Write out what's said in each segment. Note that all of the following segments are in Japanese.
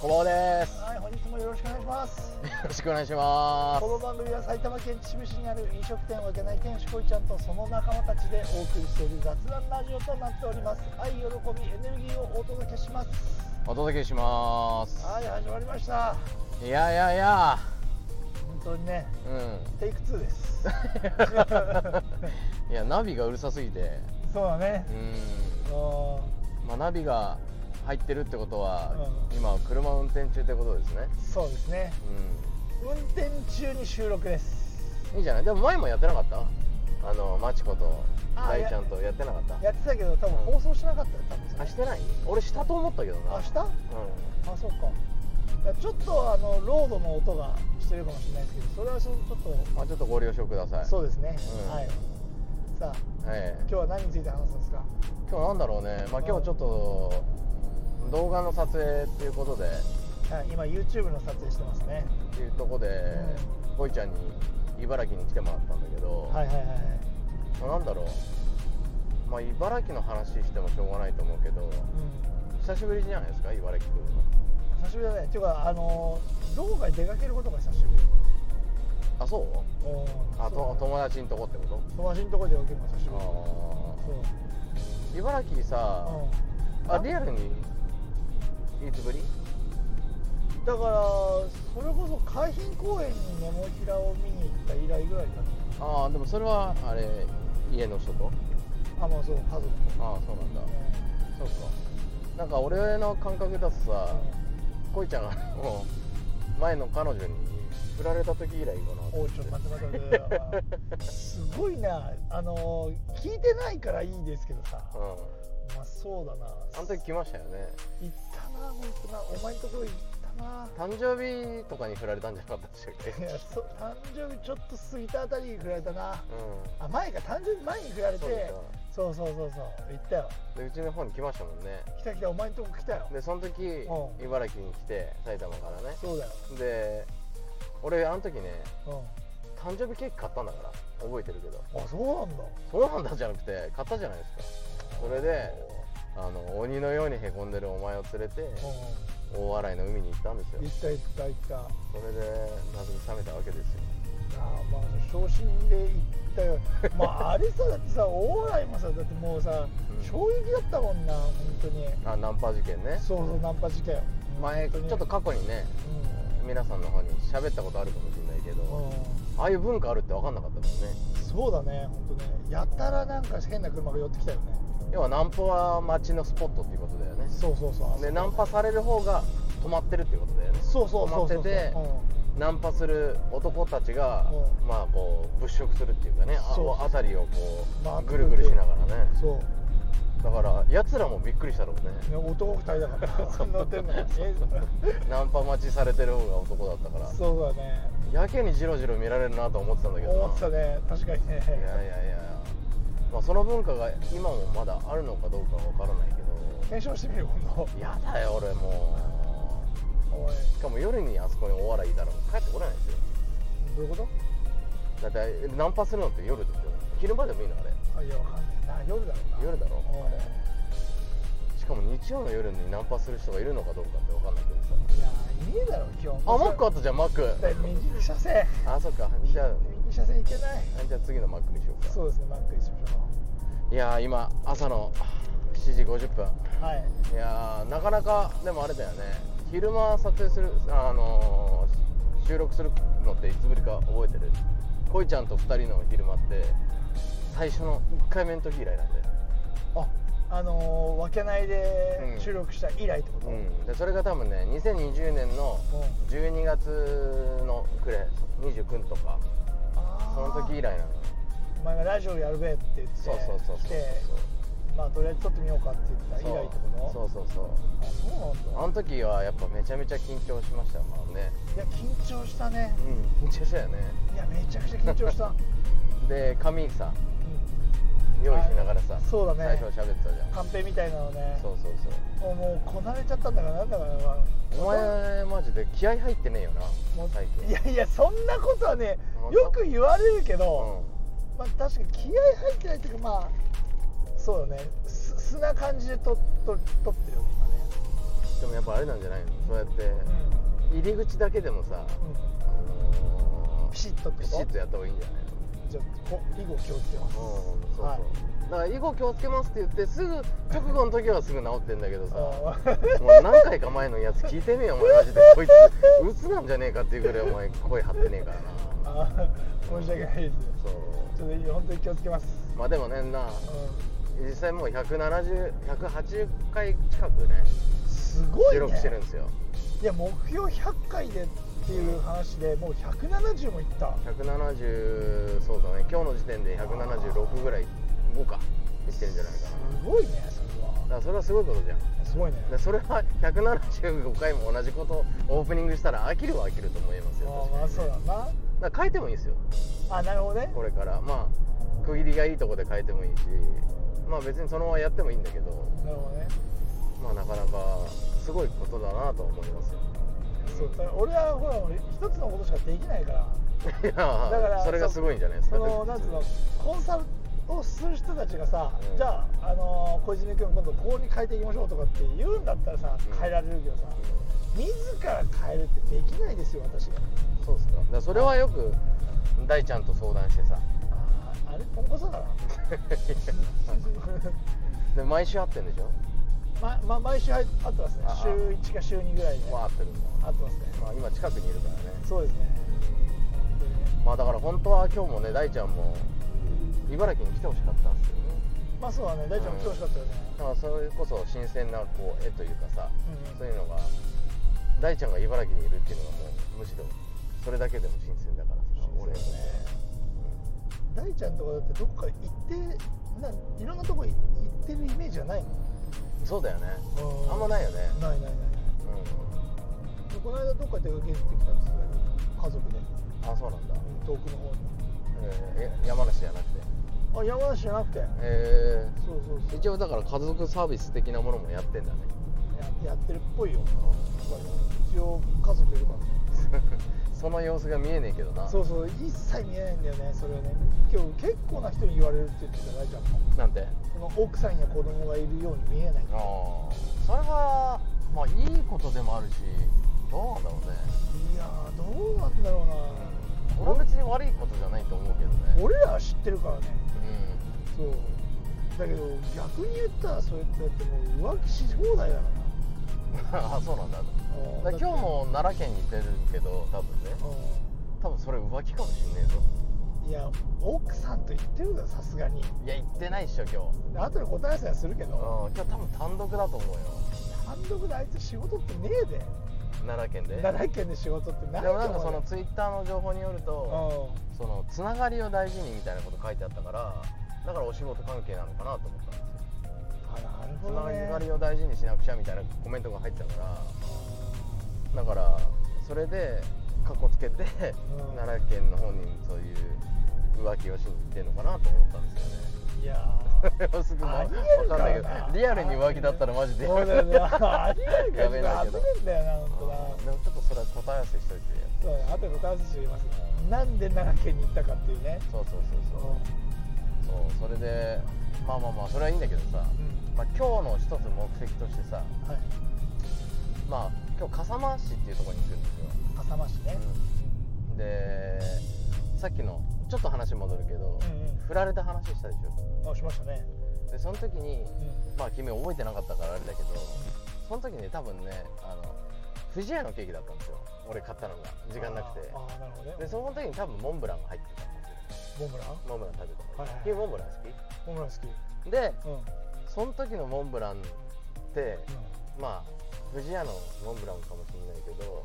小坊ですはい、本日もよろしくお願いし ます。よろしくお願いしまこの番組は埼玉県秩父市にある飲食店を開けない店主こいちゃんとその仲間たちでお送りしている雑談ラジオとなっております。愛、喜び、エネルギーをお届けします。すお届けしますはい、始まりました。いやいやいや本当に ね、うんテイク2です。 いやナビがうるさすぎてそうだねう。うんんまあナビが入ってるってことは、う今車運転中ってことですねそうですね。運転中に収録です。うんいいじゃないでも前もやってなかったあのマチコとあ大ちゃんとやってなかったやってたけど、多分放送しなかったよ、多分それあしてない俺したと思ったけどなあ、したあうそうかいやちょっとあのロードの音がしてるかもしれないですけどそれはちょっとんまあちょっとご了承くださいそうですね、うんはいさあええ今日は何について話すんですか今日なんだろうねまあ今日ちょっと動画の撮影っていうことではい今 YouTube の撮影してますねっていうとこでこいちゃんに茨城に来てもらったんだけど、はいはいはいはいまあなんだろうまあ茨城の話してもしょうがないと思うけどうん久しぶりじゃないですか茨城くん久しぶりだねっていうかあの道外出かけることが久しぶりあそうおあとと友達んとこってこ友達のとこで出かけるの久しぶりとあー茨城さ、そう、あリアルにいつぶりうん、だからそれこそ海浜公園にネモフィラを見に行った以来ぐらいだっああでもそれはあれ家の人とたあまあそう家族とああそうなんだそうかなんか俺の感覚だとさこいちゃんがあの前の彼女に振られた時以来かなおいちょっと待って待って待ってすごいなあの聞いてないからいいですけどさ、うまあんそうだなあの時来ましたよね行ったな本当なお前んところ行ったな誕生日とかに振られたんじゃなかったでしたっけいやそ誕生日ちょっと過ぎたあたりに振られたなうあ前か誕生日前に振られんてそうでしそうそうそうそう行ったよたでうちの方に来ましたもんね来た来たお前んとこ来たよでその時うん茨城に来て埼玉からねそうだよで俺あの時ねう誕生日ケーキ買ったんだから覚えてるけどんあそうなんだそうなんだじゃなくて買ったじゃないですかそれであの鬼のようにへこんでるお前を連れてう大洗の海に行ったんですよん行った行った行ったあそれで謎に冷めたわけですよあまあ昇進で行ったよまあ あれさだってさ大洗もさだってもうさうん衝撃だったもんな本当にあナンパ事件ねそうそうナンパ事件前ち本ょ当にっと過去にね皆さんの方に喋ったことあるかもしれないけど、うん、うんああいう文化あるって分かんなかったもんねそうだね本当ねやたらなんか変な車が寄ってきたよね要はナンパは街のスポットっていうことだよねそうそうそうあそこでナンパされる方が止まってるっていうことだよねそうそうそうそう止まっててうナンパする男たちが、うんまあこう物色するっていうかねあそうそうそう辺りをこ回っうてぐるぐるしながらねんそうだからやつらもびっくりしたろうねね男二人だ から乗ってんのがえナンパ待ちされてる方が男だったからそうだねやけにジロジロ見られるなと思ってたんだけどな思ってたね確かにねいやいやいや、まあ、その文化が今もまだあるのかどうかわからないけど検証してみる今度やだよ俺もおいうしかも夜にあそこにお笑いいたらもう帰ってこれないですよどういうことだってナンパするのって夜ですよ昼間でもいいのあれあいやわかんないな夜だろうな夜だろおいしかも日曜の夜にナンパする人がいるのかどうかってわかんないけどさいやいねえだろ今日あマックあったじゃんマックだから右車線あそっかじゃあ右車線行けないあじゃあ次のマックにしようかそうですねマックにしましょいやー今朝の7時50分うはいいやーなかなかでもあれだよね昼間撮影するあのー収録するのっていつぶりか覚えてる恋ちゃんと2人の昼間って最初の1回目の時以来なんだよああのー、分けないでうん収録した以来ってこと、うんでそれが多分ね2020年のうん12月の暮れ29とかあそーの時以来なのよお前がラジオやるべって言ってそうそうそうそう来てまあとりあえず撮ってみようかって言った以来ってことそうそうそうあそうそうあなんだの時はやっぱめちゃめちゃ緊張しましたもんねいや緊張したねうん緊張したよねいやめちゃくちゃ緊張 した、うんで髪さ用意しながらさあそうだね最初喋ってたじゃんカンペみたいなのねそうそうそもうもうこなれちゃったんだからなんだからうお前マジで気合入ってねえよなもう最近いやいやそんなことはね本当よく言われるけど、うまあ確かに気合入ってないっていうかまあそうだねす素な感じでとと撮ってるよね今ねんでもやっぱあれなんじゃないのそうやってう入り口だけでもさ、んうんあのーピシッとってピこシとッとやった方がいいんじゃないのじゃあこ以後気をつけますうんそうそう、はいだから以後気をつけますって言ってすぐ直後の時はすぐ治ってんだけどさあもう何回か前のやつ聞いてねえよお前マジでこいつ鬱なんじゃねえかっていうぐらいお前声張ってねえからなーあー 申し訳ないですそうちょっと本当に気をつけます、まあでもねなう実際もう170180回近くねん、すごいね収録してるんですよいや目標100回でっていう話でもう170もいった170そうだね今日の時点で176ぐらい5かいってるんじゃないかなすごいねそだれからそれはすごいことじゃんはすごいねでそれは175回も同じことをオープニングしたら飽きるは飽きると思いますあよーまあそうだなだから変えてもいいですよあなるほどねこれからまあ区切りがいいとこで変えてもいいしまあ別にそのままやってもいいんだけどなるほどねまあなかなかすごいことだなと思いますよそうだから俺はほら俺一つのことしかできないからいだやからそれがすごいんじゃないですかそのなんつうのコンサルをする人たちがさ、うんじゃあ、あのー小泉君今度ここに変えていきましょうとかって言うんだったらさうん変えられるけどさ、自ら変えるってできないですよ私がそうですかだからそれはよく大ちゃんと相談してさ あーあれポンコツだからで毎週会ってんでしょ まま毎週会ってますねああ週1か週2ぐらいでまあ会会ってるんだ、ってますねまあ、今近くにいるからねそうですねでねまあだから本当は今日もね大ちゃんも茨城に来てほしかったんですよねまあそうだね大ちゃんも来てほしかったよね、だからそれこそ新鮮なこう絵というかさ、うんそういうのが大ちゃんが茨城にいるっていうのがもうむしろそれだけでも新鮮だからさ新鮮俺だね大ちゃんとかだってどっか行ってないろんなとこ行ってるイメージはないのうんそうだよねうあんまないよねないないないうんでこの間どっか出かけてきたんですけど家族であそうなんだ、遠くの方にえーえ山梨じゃなくてあ山梨じゃなくてえそうそうーそう一応だから家族サービス的なものもやってんだねややってるっぽいよ一応家族いるからね その様子が見えねえけどなそうそう一切見えないんだよねそれはね今日結構な人に言われるって言ってた大ちゃんもなんてその奥さんや子供がいるように見えないああそれはまあいいことでもあるしどうなんだろうねいやーどうなんだろう俺なは別に悪いことじゃないと思うけどね俺らは知ってるからねうそうだけど逆に言ったらそれってだってもう浮気し放題だかん あそうなんだだからら今日も奈良県に出るけど多分ね多分それ浮気かもしんねえぞうんいや奥さんと言ってるだろさすがにいや言ってないっしょ今日後で答え合わせはするけどうん今日多分単独だと思うよ単独であいつ仕事ってね奈良県えでで奈良県で仕事ってないでもなんかと思そうのよツイッターの情報によるとそのつながりを大事にみたいなこと書いてあったからだからお仕事関係なのかなと思ったんですようんあなるつほなどねがりを大事にしなくちゃみたいなコメントが入ってたからだからそれでかっこつけて、うん奈良県の方にそういう浮気をしに行ってんのかなと思ったんですよねいや いやすぐまああり分えるかからんなないけどリアルに浮気だったらマジでそうだよねありえるからやべえんだけど危ねえんだよな本当なでも ちょっとそれは答え合わせしといてそうあとで答え合わせしてみますなんで奈良県に行ったかっていうねそうそうそうそうそうそれでまあまあまあそれはいいんだけどさ、うんまあ、今日の一つ目的としてさはいまあ今日笠間市っていうところに行くんですよ笠間市ねでさっきのちょっと話戻るけど、うんうん振られた話したでしあしましたねょでその時にうんまあ君覚えてなかったからあれだけどその時ね多分ねあの不二家のケーキだったんですよ俺買ったのが時間なくてあーあーなるほどでねその時に多分モンブランが入ってたんですモンブランよモンブラン食べたはの、いはい君モンブラン好モンブラン好ききでうんうんその時のモンブランってまあ不二家のモンブランかもしれないけど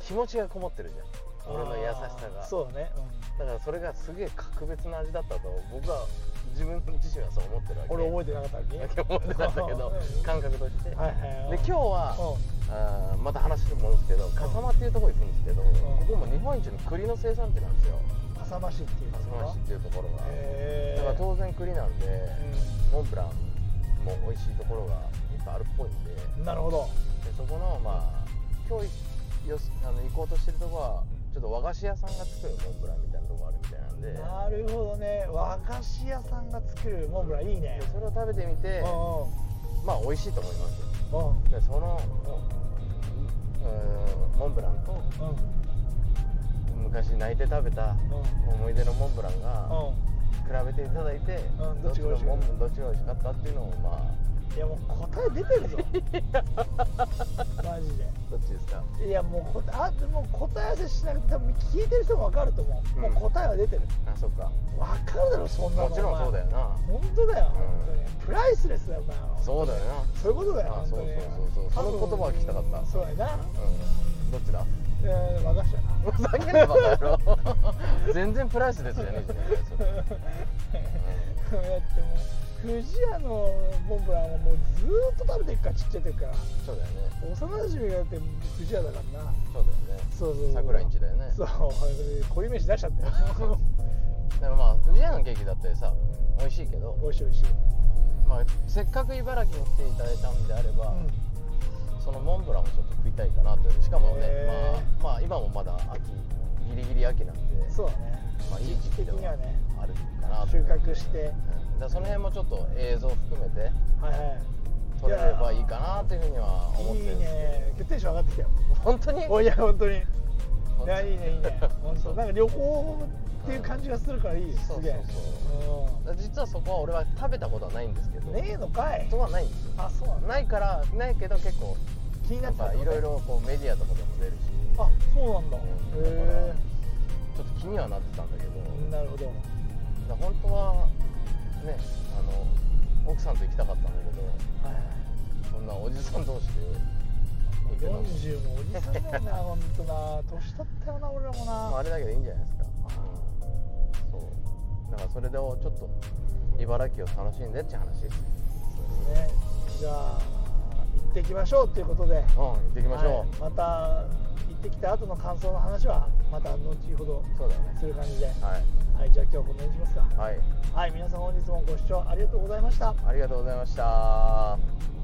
気持ちがこもってるじゃん俺の優しさあがーそうだねだからそれがすげえ格別な味だったと僕は自分自身はそう思ってるわけうん俺覚えてなかったわけ だけ思ってたんだけど感覚 として、はいはいはいで今日はうんあーまた話するもんですけど笠間っていうところ行くんですけどここも日本一の栗の生産地なんですよ笠間市っていうと笠こ間市っていうところが、へえだから当然栗なんで、モンブランも美味しいところがいっぱいあるっぽいんででなるほどそこのまあ今日よしあの行こうとしてるとこはちょっと和菓子屋さんが作るモンブランみたいなとこがあるみたいなんでなるほどね和菓子屋さんが作るモンブランいいねでそれを食べてみてうんうんまあ美味しいと思いますうんうんでそのうんモンブランと昔泣いて食べた思い出のモンブランが比べていただいて、うんどっちがどっちが美味しいモンブどっちが美味しかったっていうのをまあいやもう答え出て るぞマジでどっちですかいやもうこあでも答え合わせしなくて多分聞いてる人も分かると思う、うんもう答えは出てるあそっか分かるだろそんなのもちろんそうだよよな本当だよ、うん本当にプライスレスだよお前はそうだよなそういうことだよあ本当にそうそうそうそう多分その言葉は聞きたかったそうやなうんどっちだえー、和菓子やなふざけんなバカ野郎全然プライスですよねえじゃねえそ だれってもう不二家のモンブランはもうずーっと食べてるからちっちゃい時からそうだよね幼馴染がだって不二家だからなそうだよねそうそうそう桜んちだよねそうこういう飯出しちゃったよでもまあ藤屋のケーキだってさ美味しいけど、美味しい美味しい、まあ、せっかく茨城に来ていただいたんであれば、そのモンブランをちょっと食いたいかなってしかもねへ、まあ、まあ今もまだ秋ギリギリ秋なんでうん、そうだねまあ、いい時期では時期的にはねあるかなと収思う穫してうん、だからその辺もちょっと映像含めてはいは撮れればいいかなっていうふうには思っいていいるんですけどねテンション上がってきたよ本当においや本当にい本当やいいねいいね本当なんか旅行っていう感じがするからいいよそうすげえそう実はそこは俺は食べたことはないんですけうどんねえのかいそこはないんですよあそうなんだないからないけど結構気にななっんてたっかてこいとろいろこうメディアとかでも出るしあそうなんだへうんだからえちょっと気にはなってたんだけど、なるほどだから本当はねあの奥さんと行きたかったんだけはいどそんなおじさん同士で行くのも40もおじさんだよなほんとな年取ったよな俺らもまあ、あなれだけどいいんじゃないですか、うん、そうだからそれでちょっと茨城を楽しんでって話ですねじゃあ行ってきましょうということでうん行ってきましょはいまた行ってきた後の感想の話はまた後ほどう、そうだねする感じで、は、はいじゃあ今日はこの辺にしますかい、はい、はい皆さん本日もご視聴ありがとうございましたありがとうございました